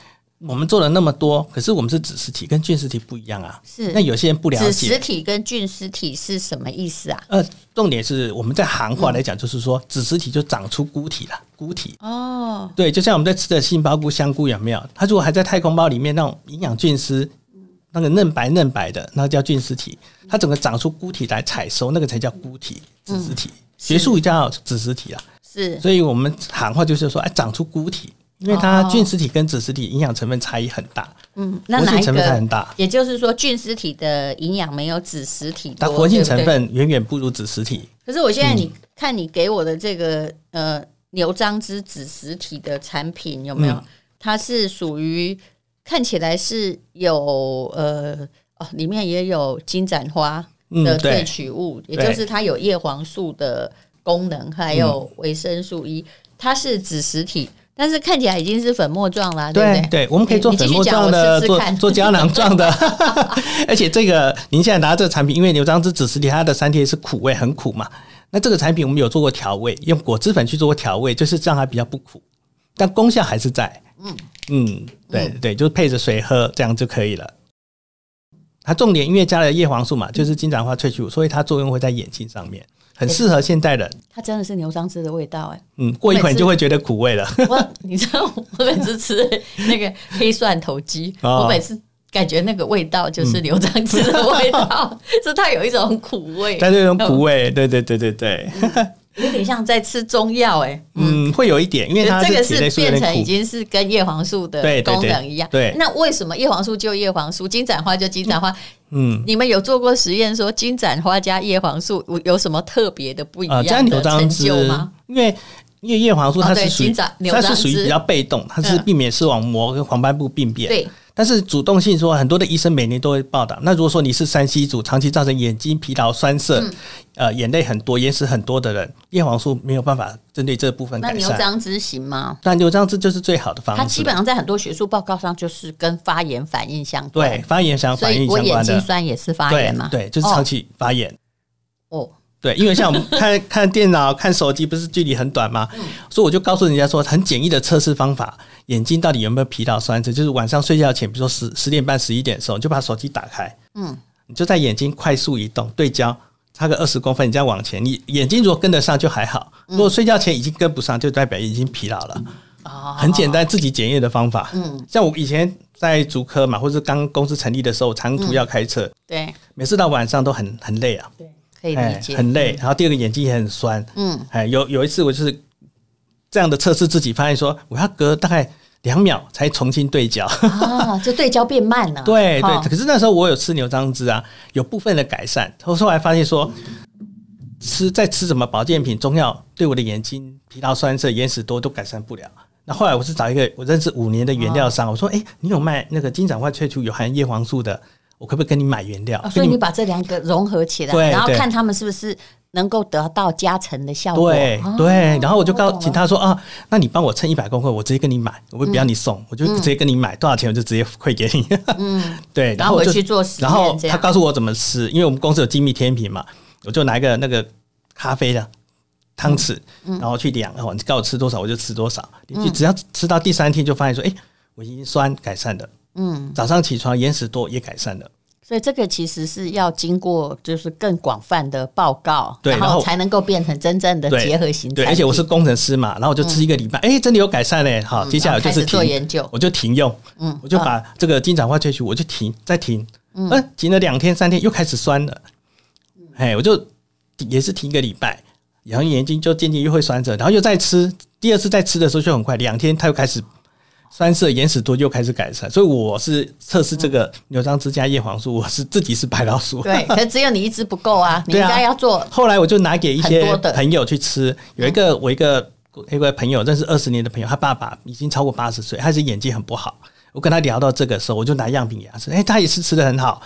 Speaker 3: 我们做了那么多，可是我们是子实体，跟菌实体不一样啊。
Speaker 2: 是
Speaker 3: 那有些人不了
Speaker 2: 子实
Speaker 3: 解。
Speaker 2: 体跟菌实体是什么意思啊？
Speaker 3: 呃，重点是我们在行
Speaker 2: 嗯
Speaker 3: 话来讲，就是说子实体就长出菇体了，菇体。
Speaker 2: 哦，
Speaker 3: 对，就像我们在吃的杏鲍菇、香菇有没有？它如果还在太空包里面，那种营养菌丝，那个嫩白嫩白的，那叫菌丝体。它整个长出菇体来采收，那个才叫菇体、
Speaker 2: 嗯
Speaker 3: 子实体。学术语叫子实体啊，
Speaker 2: 是
Speaker 3: 所以我们行话就是说，哎，长出菇体，因为它菌丝体跟子实体营养成分差异很大，
Speaker 2: 嗯，哦那
Speaker 3: 活
Speaker 2: 哪
Speaker 3: 性
Speaker 2: 一
Speaker 3: 成分才
Speaker 2: 个
Speaker 3: 很？大，
Speaker 2: 也就是说，菌实体的营养没有子实体
Speaker 3: 它
Speaker 2: 多，
Speaker 3: 活性
Speaker 2: 对不
Speaker 3: 成
Speaker 2: 对。
Speaker 3: 分嗯远远不如子实体。
Speaker 2: 可是我现在你看你给我的这个呃牛樟芝子实体的产品有没有
Speaker 3: 嗯？
Speaker 2: 它是属于看起来是有呃哦，里面也有金盏花，
Speaker 3: 嗯
Speaker 2: 的，萃
Speaker 3: 对，
Speaker 2: 取物，也
Speaker 3: 对
Speaker 2: 就是它有叶黄素的功能，还有
Speaker 3: 嗯
Speaker 2: 维生素 E，、它是子实体，但是看起来已经是粉末状啦，对不
Speaker 3: 对
Speaker 2: 对？
Speaker 3: 对，我们可以做
Speaker 2: 你你
Speaker 3: 粉
Speaker 2: 继续
Speaker 3: 末
Speaker 2: 讲
Speaker 3: 状
Speaker 2: 我
Speaker 3: 的，
Speaker 2: 试试
Speaker 3: 做
Speaker 2: 看
Speaker 3: 做胶囊状的， 而且这个您现在拿这个产品，因为牛樟芝子实体它的三天是苦味，很苦嘛。那这个产品我们有做过调味，用果汁粉去做过调味，就是让它比较不苦，但功效还是在。嗯嗯，对对，就是配着水喝，这样就可以了。它重点因为加了叶黄素
Speaker 2: 嗯
Speaker 3: 嘛，就是金盏花萃取物，所以它作用会在眼睛上面，很适合现代人。
Speaker 2: 它真的是牛樟芝的味道哎、
Speaker 3: 嗯，过一会儿你就会觉得苦味了。
Speaker 2: 我你知道我每次吃那个黑蒜头鸡，
Speaker 3: 哦嗯
Speaker 2: 我每次。感觉那个味道就是牛樟芝的味道， 是它有一种苦味，
Speaker 3: 但这种苦味，对对对对对，
Speaker 2: 有点像在吃中药哎、
Speaker 3: 嗯，会有一点，因为它
Speaker 2: 这个
Speaker 3: 体
Speaker 2: 是
Speaker 3: 内素有
Speaker 2: 变
Speaker 3: 点
Speaker 2: 成
Speaker 3: 苦
Speaker 2: 已经是跟叶黄素的
Speaker 3: 对对
Speaker 2: 功
Speaker 3: 对
Speaker 2: 能一样。
Speaker 3: 对
Speaker 2: 那为什么叶黄素就叶黄素，金盏花就金盏花？
Speaker 3: 嗯，
Speaker 2: 你们有做过实验说金盏花加叶黄素有有什么特别的不一
Speaker 3: 啊，加
Speaker 2: 样
Speaker 3: 牛
Speaker 2: 的
Speaker 3: 樟
Speaker 2: 成
Speaker 3: 芝
Speaker 2: 就吗？，
Speaker 3: 因为因为叶黄素
Speaker 2: 哦
Speaker 3: 它
Speaker 2: 对
Speaker 3: 是属于、
Speaker 2: 金盏牛
Speaker 3: 它
Speaker 2: 樟
Speaker 3: 是属于
Speaker 2: 芝
Speaker 3: 比较被动，它是
Speaker 2: 嗯
Speaker 3: 避免视网膜跟黄斑部病变。
Speaker 2: 对，
Speaker 3: 但是主动性说，很多的医生每年都会报道。那如果说你是三 C 族，长期造成眼睛疲劳、酸涩、
Speaker 2: 嗯
Speaker 3: 呃眼泪很多、眼屎很多的人，叶黄素没有办法针对这部分
Speaker 2: 那
Speaker 3: 改
Speaker 2: 牛
Speaker 3: 善。
Speaker 2: 樟芝行吗？
Speaker 3: 那牛樟芝就是最好的方式
Speaker 2: 它
Speaker 3: 了。
Speaker 2: 基本上在很多学术报告上就是跟发炎反应相关，
Speaker 3: 对发炎想
Speaker 2: 所
Speaker 3: 反
Speaker 2: 以
Speaker 3: 应
Speaker 2: 我
Speaker 3: 相
Speaker 2: 眼
Speaker 3: 关
Speaker 2: 睛
Speaker 3: 的，
Speaker 2: 酸也是发炎
Speaker 3: 对
Speaker 2: 嘛，
Speaker 3: 对，就是长期发炎。
Speaker 2: 哦，
Speaker 3: 对，因为像我们看看电脑、看手机，不是距离很短吗？
Speaker 2: 嗯
Speaker 3: 所以我就告诉人家说，很简易的测试方法，眼睛到底有没有疲劳酸涩，就是晚上睡觉前，比如说十十点半、十一点的时候，你就把手机打开，
Speaker 2: 嗯，
Speaker 3: 你就在眼睛快速移动对焦，差个二十公分，你再往前，你眼睛如果跟得上就还好，
Speaker 2: 嗯
Speaker 3: 如果睡觉前已经跟不上，就代表已经疲劳了。
Speaker 2: 哦，
Speaker 3: 很简单，自己检验的方法。嗯，像我以前在竹科嘛，或是刚公司成立的时候，我长
Speaker 2: 嗯
Speaker 3: 途要开车，
Speaker 2: 对
Speaker 3: 每次到晚上都很很累啊。
Speaker 2: 对，可以
Speaker 3: 哎
Speaker 2: 理解，
Speaker 3: 很累。然后第二个眼睛也很酸。
Speaker 2: 嗯，
Speaker 3: 哎，有有一次我就是这样的测试自己，发现说我要隔大概两秒才重新对焦。
Speaker 2: 啊，就对焦变慢了，
Speaker 3: 对
Speaker 2: 哈
Speaker 3: 对，可是那时候我有吃牛樟芝啊，有部分的改善。我后来发现说，吃在吃什么保健品、中药，对我的眼睛疲劳、酸涩、眼屎多都改善不了。那后来我是找一个我认识五年的原料
Speaker 2: 啊
Speaker 3: 商，我说：“哎、你有卖那个金盏花萃取有含叶黄素的，我可不可以跟你买原料？”
Speaker 2: 哦所
Speaker 3: 跟
Speaker 2: 以
Speaker 3: 你
Speaker 2: 你把这两个融合起来，
Speaker 3: 对
Speaker 2: 然后
Speaker 3: 对
Speaker 2: 看他们是不是能够得到加成的效果。
Speaker 3: 对
Speaker 2: 啊
Speaker 3: 对，然后我就告
Speaker 2: 懂了
Speaker 3: 请他说啊，那你帮我称一百公克，我直接跟你买，我不要你
Speaker 2: 嗯
Speaker 3: 送，我就直接跟你买多少钱，我就直接汇给你。嗯， 对，
Speaker 2: 然
Speaker 3: 然
Speaker 2: 后
Speaker 3: 后我
Speaker 2: 回
Speaker 3: 就
Speaker 2: 去做实验
Speaker 3: 然后
Speaker 2: 这样
Speaker 3: 他告诉我怎么吃，因为我们公司有精密天平嘛，我就拿一个那个咖啡的汤匙，
Speaker 2: 嗯
Speaker 3: 然后去量，哦然后你告诉我吃多少，我就吃多少。你只要吃到第三天就发现说，哎，我已经酸改善了，
Speaker 2: 嗯，
Speaker 3: 早上起床眼屎多也改善了。
Speaker 2: 所以这个其实是要经过就是更广泛的报告，
Speaker 3: 对
Speaker 2: 然
Speaker 3: 然
Speaker 2: 后
Speaker 3: 后
Speaker 2: 才能够变成真正的
Speaker 3: 对
Speaker 2: 结合型
Speaker 3: 对，
Speaker 2: 产
Speaker 3: 而且我
Speaker 2: 品嗯
Speaker 3: 是工程师嘛，然后我就吃一个礼拜，哎、真的有改善嘞。好，接下来
Speaker 2: 然后
Speaker 3: 我
Speaker 2: 开
Speaker 3: 就是
Speaker 2: 始做
Speaker 3: 停
Speaker 2: 研究
Speaker 3: 我就停用，
Speaker 2: 嗯
Speaker 3: 我就把这个金盏花萃取，我就停，再停，嗯、停了两天三天又开始酸了，
Speaker 2: 嗯
Speaker 3: 哎，我就也是停一个礼拜，然后眼睛就渐渐又会酸涩，然后又再吃，第二次再吃的时候就很快，两天它又开始。酸涩、眼屎多又开始改善，所以我是测试这
Speaker 2: 嗯
Speaker 3: 个牛樟芝加叶黄素，我是自己是白老 鼠。
Speaker 2: 对，可是只有你一支不够啊，你应
Speaker 3: 对啊
Speaker 2: 该要做
Speaker 3: 后来我就拿给一
Speaker 2: 很多
Speaker 3: 些
Speaker 2: 的嗯
Speaker 3: 朋友去吃，有一个我一个一个朋友认识二十年的朋友，他爸爸已经超过八十岁，他是眼睛很不好。我跟他聊到这个时候，我就拿样品给他吃，哎、他也是吃的很好，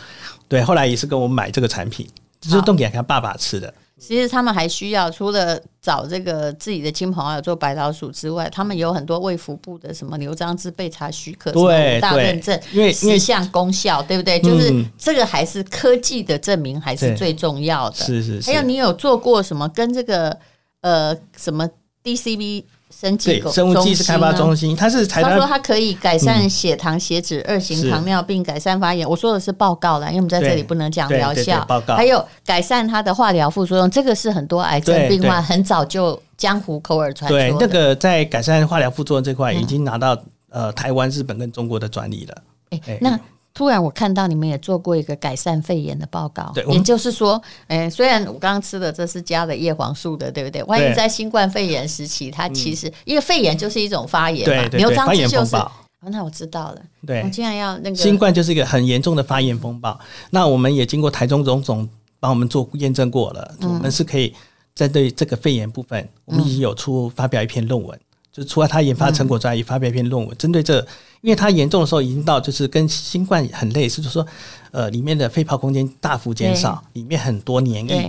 Speaker 3: 对，后来也是跟我买这个产品，就是送给他爸爸吃的，
Speaker 2: 其实他们还需要除了找这个自己的亲朋好友做白老鼠之外，他们有很多卫福部的什么牛樟芝备查许可、什么
Speaker 3: 对
Speaker 2: 五大
Speaker 3: 对
Speaker 2: 认证，
Speaker 3: 因为因
Speaker 2: 十
Speaker 3: 为
Speaker 2: 项功效，对不对？就是
Speaker 3: 嗯
Speaker 2: 这个还是科技的证明还是
Speaker 3: 对
Speaker 2: 最重要的。
Speaker 3: 是是是
Speaker 2: 还有你有做过什么跟这个呃什么 DCB 生技
Speaker 3: 对，
Speaker 2: 狗
Speaker 3: 生物技术开发
Speaker 2: 中
Speaker 3: 中
Speaker 2: 心呢？啊
Speaker 3: 心，他是台
Speaker 2: 他说
Speaker 3: 湾
Speaker 2: 它可以改善血糖、血脂、二型
Speaker 3: 是
Speaker 2: 糖尿病，改善发炎。我说的是报告啦，因为我们在这里
Speaker 3: 对
Speaker 2: 不能讲
Speaker 3: 对
Speaker 2: 疗
Speaker 3: 对
Speaker 2: 效
Speaker 3: 对。报告
Speaker 2: 还有改善它的化疗副作用，这个是很多癌症
Speaker 3: 对
Speaker 2: 病患
Speaker 3: 对
Speaker 2: 很早就江湖口耳传
Speaker 3: 对
Speaker 2: 说
Speaker 3: 那
Speaker 2: 的。嗯
Speaker 3: 个在改善化疗副作用这块已经拿到、呃台湾、日本跟中国的专利了。
Speaker 2: 诶
Speaker 3: 哎
Speaker 2: 那突然我看到你们也做过一个改善肺炎的报告
Speaker 3: 对，我们
Speaker 2: 也就是说，诶，虽然我刚刚吃的这是加了叶黄素的，对不对？万一
Speaker 3: 对嗯
Speaker 2: 在新冠肺炎时期，它其实因为肺炎就是一种发炎嘛
Speaker 3: 对，对
Speaker 2: 牛
Speaker 3: 对，
Speaker 2: 樟
Speaker 3: 发
Speaker 2: 芝
Speaker 3: 炎
Speaker 2: 就
Speaker 3: 风
Speaker 2: 是。
Speaker 3: 暴
Speaker 2: 哦，那我知道了，
Speaker 3: 对
Speaker 2: 我，竟然要那个
Speaker 3: 新冠就是一个很严重的发炎风暴。那我们也经过台中荣总帮我们做验证过了，我们是可以针对这个肺炎部分，我们已经有出发表一篇论文，就是除了他研发成果之外，也发表一篇论文，针对这，因为它严重的时候已经到就是跟新冠很类似，就是说呃里面的肺泡空间大幅减少，里面很多黏液，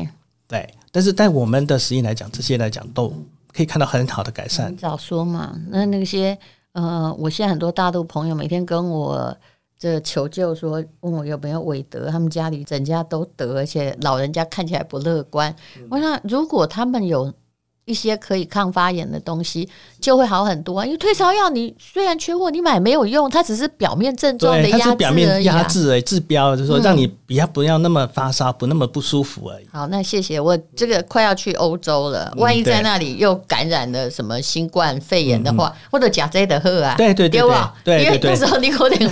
Speaker 2: 对，
Speaker 3: 对，但是在我们的实验来讲，这些来讲都可以看到很好的改善
Speaker 2: 你。早说嘛，那那些呃，我现在很多大陆朋友每天跟我这求救说，问我有没有韦德，他们家里整家都得，而且老人家看起来不乐观。
Speaker 3: 嗯
Speaker 2: 我想，如果他们有一些可以抗发炎的东西，就会好很多、啊。因为退烧药你虽然缺货，你买没有用，它只是表面症状的
Speaker 3: 对，它
Speaker 2: 压
Speaker 3: 是
Speaker 2: 制
Speaker 3: 表
Speaker 2: 而
Speaker 3: 面
Speaker 2: 已、啊。嗯
Speaker 3: 压制而已治标，就是说让你比较不要那么发烧，不那么不舒服而已。
Speaker 2: 好，那谢谢。我这个快要去欧洲了，
Speaker 3: 嗯
Speaker 2: 万一在
Speaker 3: 对嗯
Speaker 2: 那里又感染了什么新冠肺炎的话，或者假 J 的喝啊，
Speaker 3: 对对对
Speaker 2: 对吧？
Speaker 3: 对对
Speaker 2: 因为
Speaker 3: 对
Speaker 2: 那时候你可 能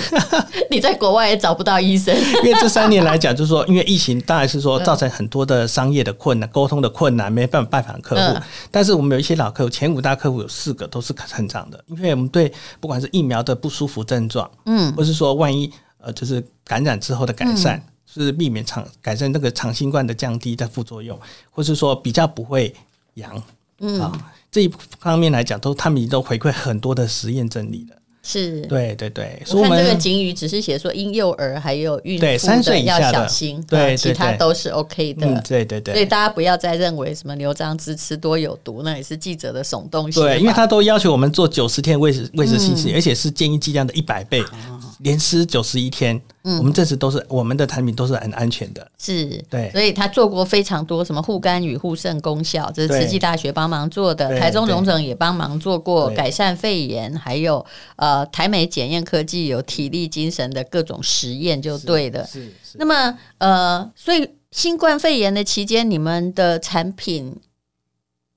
Speaker 2: 你在国外也找不到医生，
Speaker 3: 因为这三年来讲，就是说，因为疫情，当然是
Speaker 2: 嗯
Speaker 3: 说造成很多的商业的困难、沟通的困难，没办法拜访客户。
Speaker 2: 嗯
Speaker 3: 但是我们有一些老客户，前五大客户有四个都是成长的，因为我们对不管是疫苗的不舒服症状，
Speaker 2: 嗯，
Speaker 3: 或是说万一呃就是感染之后的改善，是避免长改善那个长新冠的降低的副作用，或是说比较不会阳，嗯啊这一方面来讲，都他们已经都回馈很多的实验真理了。
Speaker 2: 是。
Speaker 3: 对对对，所以
Speaker 2: 我
Speaker 3: 我
Speaker 2: 看这个
Speaker 3: 们
Speaker 2: 警语只是写说婴幼儿还有孕
Speaker 3: 对
Speaker 2: 妇
Speaker 3: 三岁
Speaker 2: 的
Speaker 3: 以
Speaker 2: 要
Speaker 3: 下的
Speaker 2: 小心，
Speaker 3: 对
Speaker 2: 啊
Speaker 3: 对
Speaker 2: 其他
Speaker 3: 对
Speaker 2: 都是 OK 的。
Speaker 3: 嗯，对对
Speaker 2: 所以
Speaker 3: 对。
Speaker 2: 大家不要再认为什么牛樟芝吃多有毒，那也是记者的耸动性。
Speaker 3: 对，因为他都要求我们做九十天喂
Speaker 2: 嗯
Speaker 3: 食喂食信息，而且是建议剂量的一百倍，
Speaker 2: 哦
Speaker 3: 连吃九十一天。
Speaker 2: 嗯
Speaker 3: 我们这次都是我们的产品都是很安全的。
Speaker 2: 是，
Speaker 3: 对
Speaker 2: 所以他做过非常多什么护肝与护肾功效，这是
Speaker 3: 对
Speaker 2: 慈济大学帮忙做的，
Speaker 3: 对
Speaker 2: 台中荣总也帮忙做过
Speaker 3: 对
Speaker 2: 改善肺炎，还有呃台美检验科技有体力精神的各种实验就对了。
Speaker 3: 是是
Speaker 2: 那么呃，所以新冠肺炎的期间，你们的产品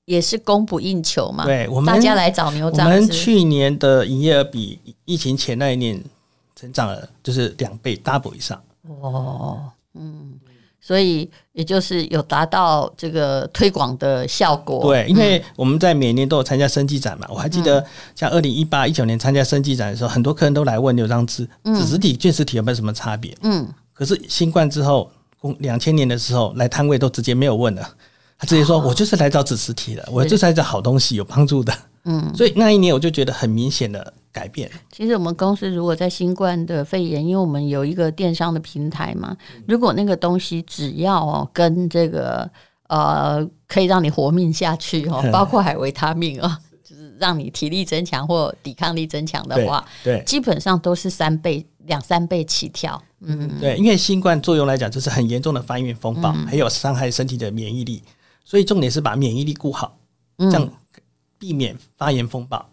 Speaker 2: 也是供不应求嘛？
Speaker 3: 对我们
Speaker 2: 大家来找牛
Speaker 3: 我
Speaker 2: 樟
Speaker 3: 们
Speaker 2: 芝，
Speaker 3: 去年的营业额比疫情前那一年成长了，就是两倍 double 以上。
Speaker 2: 哦，嗯，所以也就是有达到这个推广的效果。
Speaker 3: 对，因为我们在每年都有参加生技展嘛，我还记得像二零一八一九年参加生技展的时候，很多客人都来问牛樟芝实体卷实体有没有什么差别。
Speaker 2: 嗯，
Speaker 3: 可是新冠之后，两千年的时候来摊位都直接没有问了。他直接说：“我就是来找子实体的，我就是来找好东西，有帮助的。”嗯，所以那一年我就觉得很明显的改变。
Speaker 2: 其实我们公司如果在新冠的肺炎，因为我们有一个电商的平台嘛，如果那个东西只要哦跟这个呃可以让你活命下去哦，包括海维他命哦，就是让你体力增强或抵抗力增强的
Speaker 3: 对
Speaker 2: 话，
Speaker 3: 对
Speaker 2: 基本上都是三倍两三倍起跳。嗯，
Speaker 3: 对，因为新冠作用来讲，就是很严重的翻面风暴，还有伤害身体的免疫力，所以重点是把免疫力顾好，
Speaker 2: 嗯
Speaker 3: 这样避免发炎风暴。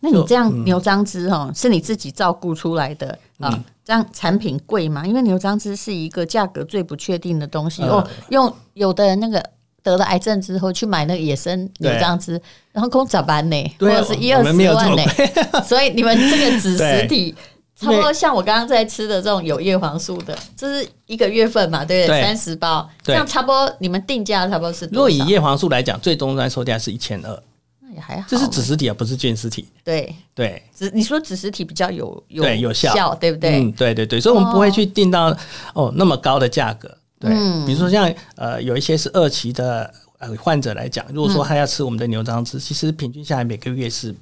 Speaker 2: 那你这
Speaker 3: 嗯
Speaker 2: 样牛樟芝哦，是你自己照顾出来的啊？这样产品贵吗？因为牛樟芝是一个价格最不确定的东西
Speaker 3: 嗯
Speaker 2: 哦。用有的人那个得了癌症之后去买那个野生牛樟芝，然后空咋办呢？或
Speaker 3: 对
Speaker 2: 者是一二
Speaker 3: 我
Speaker 2: 十
Speaker 3: 们没有这
Speaker 2: 万
Speaker 3: 么
Speaker 2: 呢？ 所以你们这个子实体。差不
Speaker 3: 因
Speaker 2: 多
Speaker 3: 为
Speaker 2: 像我刚刚在吃的这种有叶黄素的，这是一个月份嘛，对不对？
Speaker 3: 对
Speaker 2: 三十包，这
Speaker 3: 对
Speaker 2: 样差不多，你们定价差不多是
Speaker 3: 如果
Speaker 2: 多
Speaker 3: 以
Speaker 2: 少？
Speaker 3: 叶黄素来讲，最终来售价是一千二，
Speaker 2: 那也还好，
Speaker 3: 这是子实体而啊不是卷实体。
Speaker 2: 对，
Speaker 3: 对，
Speaker 2: 只你说子实体比较有有
Speaker 3: 对有效
Speaker 2: 效，对不对？
Speaker 3: 嗯，对对对，所以我们不会去定到哦那么高的价格。对，
Speaker 2: 嗯
Speaker 3: 比如说像呃有一些是二期的呃患者来讲，
Speaker 2: 嗯
Speaker 3: 如果说他要吃我们的牛樟芝，其实平均下来每个月是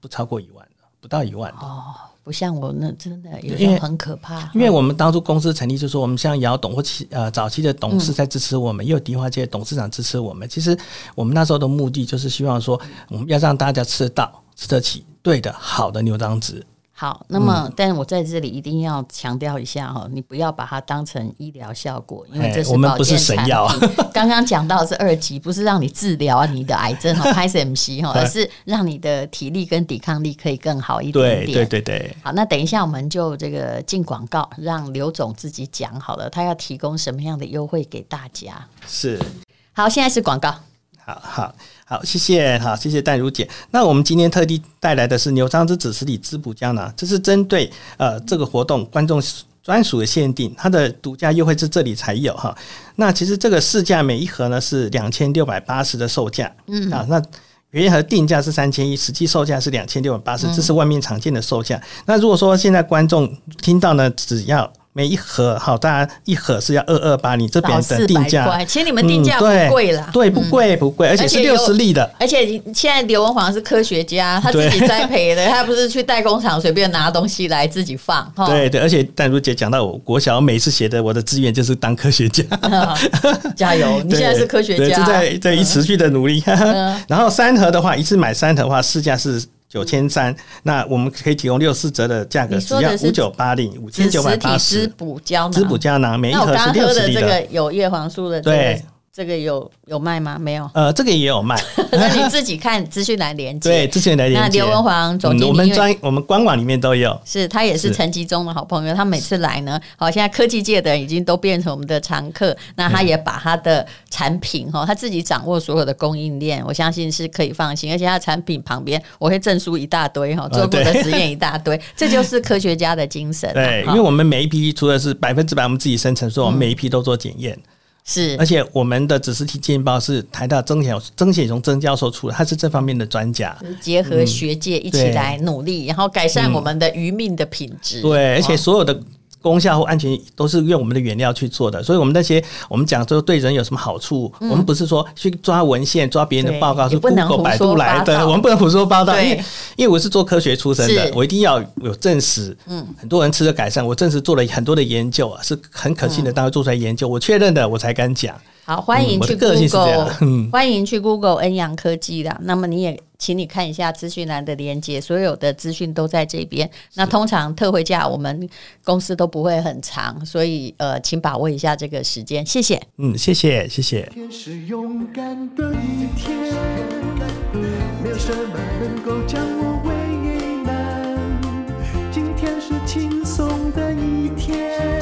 Speaker 3: 不超过一万的，不到一万的。
Speaker 2: 哦，不像我那真的有时
Speaker 3: 因
Speaker 2: 候
Speaker 3: 为
Speaker 2: 很可怕，
Speaker 3: 因为我们当初公司成立，就是说我们像姚董或其呃早期的董事在支持我们，也有迪化街的董事长支持我们。其实我们那时候的目的就是希望说，我们要让大家吃得到、吃得起对的好的牛樟芝。
Speaker 2: 好，那
Speaker 3: 嗯
Speaker 2: 么、但我在这里一定要强调一下哈，你不要把它当成医疗效果，因为
Speaker 3: 哎
Speaker 2: 这是
Speaker 3: 我们
Speaker 2: 保
Speaker 3: 不
Speaker 2: 健
Speaker 3: 是神
Speaker 2: 产
Speaker 3: 药啊
Speaker 2: 品。 刚刚讲到的是二级，不是让你治疗啊你的癌症哈，拍 MC 哈，而是让你的体力跟抵抗力可以更好一点
Speaker 3: 对
Speaker 2: 点。
Speaker 3: 对对对，
Speaker 2: 好，那等一下我们就这个进广告，让刘总自己讲好了，他要提供什么样的优惠给大家。
Speaker 3: 是。
Speaker 2: 好，现在是广告。
Speaker 3: 好好好，谢谢，好谢谢淡如姐。那我们今天特地带来的是牛樟芝子实体滋补胶囊，这是针对呃这个活动观众专属的限定，它的独家优惠是这里才有哈。那其实这个市价每一盒呢是两千六百八十的售价，嗯啊那。原盒定价是三千一，实际售价是两千六百八十，
Speaker 2: 嗯
Speaker 3: 这是外面常见的售价。那如果说现在观众听到呢，只要每一盒好，大家一盒是要二二八零这边
Speaker 2: 少
Speaker 3: 的
Speaker 2: 四
Speaker 3: 定
Speaker 2: 百
Speaker 3: 价，
Speaker 2: 块，其实你们定价
Speaker 3: 嗯
Speaker 2: 不
Speaker 3: 对
Speaker 2: 贵啦，
Speaker 3: 对，不贵不贵，而且
Speaker 2: 而
Speaker 3: 是
Speaker 2: 且有
Speaker 3: 六十粒的，
Speaker 2: 而且你现在刘文华是科学 家，他自己栽培的，他不是去代工厂随便拿东西来自己放哈。
Speaker 3: 对对，而且淡如姐讲到我国小每次写的我的志愿就是当科学家，
Speaker 2: 加油！ 你
Speaker 3: 对
Speaker 2: 现在是科学
Speaker 3: 对
Speaker 2: 家，嗯
Speaker 3: 就在在持续的努力。 然后三盒的话，一次买三盒的话，市价是。九千三，那我们可以提供六四折的价格，
Speaker 2: 你
Speaker 3: 只
Speaker 2: 说
Speaker 3: 要
Speaker 2: 的是
Speaker 3: 五九八零，五千
Speaker 2: 子
Speaker 3: 九百
Speaker 2: 实
Speaker 3: 八
Speaker 2: 体滋
Speaker 3: 十。
Speaker 2: 补胶囊。
Speaker 3: 滋补胶囊每一
Speaker 2: 那我
Speaker 3: 盒
Speaker 2: 刚
Speaker 3: 是
Speaker 2: 刚
Speaker 3: 六
Speaker 2: 喝
Speaker 3: 十
Speaker 2: 的
Speaker 3: 粒
Speaker 2: 这
Speaker 3: 的，
Speaker 2: 个有叶黄素的，这个
Speaker 3: 对，
Speaker 2: 这个有有卖吗？没有
Speaker 3: 呃，这个也有 卖。
Speaker 2: 那你自己看资讯栏连
Speaker 3: 对，
Speaker 2: 接。
Speaker 3: 之前来连
Speaker 2: 那
Speaker 3: 接
Speaker 2: 刘文煌总
Speaker 3: 嗯
Speaker 2: 经
Speaker 3: 我
Speaker 2: 理
Speaker 3: 们
Speaker 2: 因为
Speaker 3: 专我们官网里面都有。
Speaker 2: 是他也是
Speaker 3: 是
Speaker 2: 陈吉中的好朋友，他每次来呢，好，现在科技界的人已经都变成我们的常客，那他也把他的产品哈，他自己掌握所有的供应链，我相信是可以放心，而且他的产品旁边我会证书一大堆哈，做过的
Speaker 3: 啊对
Speaker 2: 实验一大堆，这就是科学家的精神啊。
Speaker 3: 对，因
Speaker 2: 哈
Speaker 3: 为我们每一批除了是百分之百我们自己生成，所以我们每一批都做检验。
Speaker 2: 嗯是
Speaker 3: 而且我们的子实体健报是台大曾显曾显荣曾教授出的，他是这方面的专家。
Speaker 2: 结合学界一起
Speaker 3: 呃嗯对嗯
Speaker 2: 来努力，然后改善我们的渔民的品质。
Speaker 3: 对，而且
Speaker 2: 哦
Speaker 3: 所有的功效或安全都是用我们的原料去做的，所以我们那些我们讲说对人有什么好处，我们不是说去抓文献、抓别人的报告，
Speaker 2: 嗯对
Speaker 3: 是
Speaker 2: 也不能
Speaker 3: Google 百
Speaker 2: 胡说
Speaker 3: 度
Speaker 2: 八
Speaker 3: 来的，
Speaker 2: 道
Speaker 3: 我们不能胡说八道，
Speaker 2: 对
Speaker 3: 因为因为我是做科学出身的
Speaker 2: 是，
Speaker 3: 我一定要有证实。嗯，很多人吃的改善，我证实做了很多的研究啊，是很可信的，单位做出来研究，我确认的我才敢讲。
Speaker 2: 好，欢迎
Speaker 3: 嗯我
Speaker 2: 去
Speaker 3: 的个性是这
Speaker 2: Google，、
Speaker 3: 样嗯
Speaker 2: 欢迎去 Google 恩阳科技的。那么你也请你看一下资讯栏的连接，所有的资讯都在这边。那通常特惠价我们公司都不会很长，所以呃，请把握一下这个时间，谢谢。
Speaker 3: 嗯，谢谢，谢谢。
Speaker 1: 天是勇敢的一天，没有什么能够将我为难。今天是轻松的一天，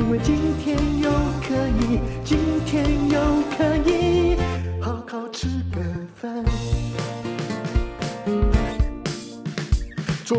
Speaker 1: 因为今天又可以，今天又可以好好吃个饭，做